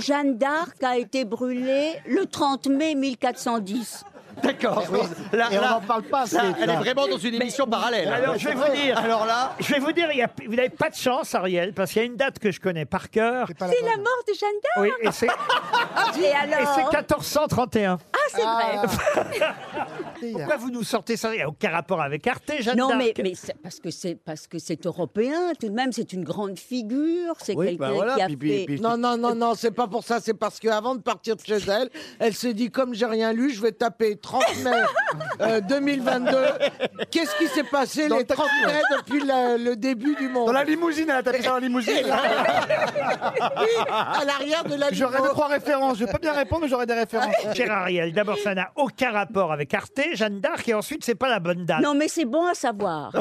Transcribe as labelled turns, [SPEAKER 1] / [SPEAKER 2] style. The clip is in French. [SPEAKER 1] Jeanne d'Arc a été brûlée le 30 mai 1410.
[SPEAKER 2] D'accord.
[SPEAKER 3] oui.
[SPEAKER 2] Là-
[SPEAKER 3] Et on
[SPEAKER 2] là-
[SPEAKER 3] n'en parle pas assez,
[SPEAKER 2] là, elle
[SPEAKER 3] là.
[SPEAKER 2] est vraiment dans une émission parallèle.
[SPEAKER 4] Alors, je vais vous dire.
[SPEAKER 2] Alors là,
[SPEAKER 4] Je vais vous dire, il y a- vous n'avez pas de chance, Ariel, parce qu'il y a une date que je connais par cœur.
[SPEAKER 3] pas la bonne.
[SPEAKER 1] mort de Jeanne d'Arc
[SPEAKER 4] Oui, et c'est et
[SPEAKER 1] Ah, Et
[SPEAKER 4] c'est
[SPEAKER 1] alors
[SPEAKER 4] 1431.
[SPEAKER 1] Ah, c'est vrai
[SPEAKER 4] Pourquoi vous nous sortez ça Il n'y a aucun rapport avec Arte, Jeanne
[SPEAKER 1] Non, mais,
[SPEAKER 4] d'Arc.
[SPEAKER 1] mais c'est parce que c'est parce que c'est européen. Tout de même, c'est une grande figure. C'est
[SPEAKER 5] Oui,
[SPEAKER 1] quelqu'un
[SPEAKER 5] bah voilà,
[SPEAKER 1] qui a
[SPEAKER 5] puis- puis-
[SPEAKER 1] fait.
[SPEAKER 5] puis-
[SPEAKER 3] Non, non, non, non, c'est pas pour ça. C'est parce qu'avant de partir de chez elle, elle s'est dit comme j'ai rien lu, je vais taper 30 mai euh, 2022. Qu'est-ce qui s'est passé les 30 mai depuis la- le début du monde
[SPEAKER 6] Dans la limousine, elle a tapé dans la limousine.
[SPEAKER 3] Oui, à l'arrière de la
[SPEAKER 6] J'aurais deux, trois références. Je vais pas bien répondre, mais j'aurais des références.
[SPEAKER 4] Cher Ariel, d'abord, ça n'a aucun rapport avec Arte, Jeanne d'Arc, et ensuite, c'est pas la bonne date.
[SPEAKER 1] Non, mais c'est bon à savoir.